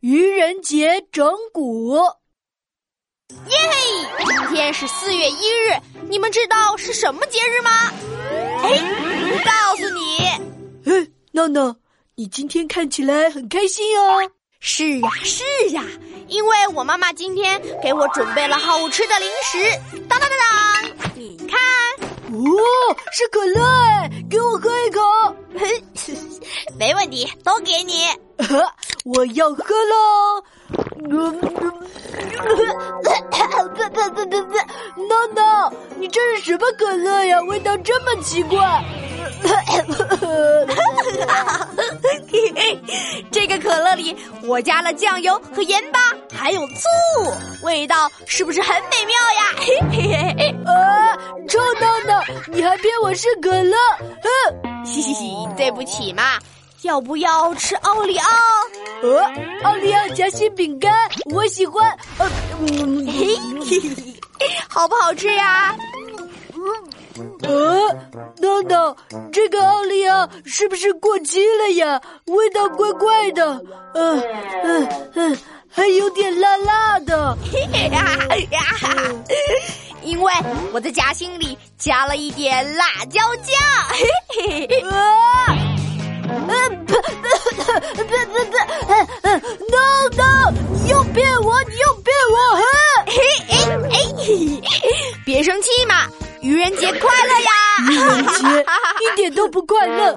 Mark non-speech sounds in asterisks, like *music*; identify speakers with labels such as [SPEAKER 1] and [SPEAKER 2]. [SPEAKER 1] 愚人节整蛊。
[SPEAKER 2] 耶嘿！今天是四月一日，你们知道是什么节日吗？哎，告诉你，
[SPEAKER 1] 哎，闹闹，你今天看起来很开心哦。
[SPEAKER 2] 是呀是呀，因为我妈妈今天给我准备了好吃的零食。当当当当，你看， *laughs*
[SPEAKER 1] 哦，是可乐哎，给我喝一口。
[SPEAKER 2] 没问题，都给你。 *laughs*
[SPEAKER 1] 啊我要喝喽。嗯嗯
[SPEAKER 2] 不不不不不，
[SPEAKER 1] 闹闹，你这是什么可乐呀？味道这么奇怪。
[SPEAKER 2] 这个可乐里我加了酱油和盐巴，还有醋，味道是不是很美妙呀？ *laughs* 嘿嘿嘿嘿。
[SPEAKER 1] 啊，臭闹闹，你还骗我是可乐？哼、
[SPEAKER 2] 嘻嘻嘻，对不起嘛，要不要吃奥利奥？
[SPEAKER 1] 呃、奥利奥夹心饼干，我喜欢。呃，嗯
[SPEAKER 2] 嘿嘿嘿，好不好吃呀？
[SPEAKER 1] 呃，闹闹，这个奥利奥是不是过期了呀？味道怪怪的，嗯嗯嗯，还有点辣辣的。
[SPEAKER 2] 嘿呀呀！ *laughs* 因为我的夹心里加了一点辣椒酱。嘿嘿 *laughs* 嘿，
[SPEAKER 1] 啊！嗯，不不不不不，嗯嗯，闹闹，你又骗我，你又骗我，哼！
[SPEAKER 2] 嘿哎哎嘿，别生气嘛，愚人节快乐呀！
[SPEAKER 1] 愚人节一点都不快乐，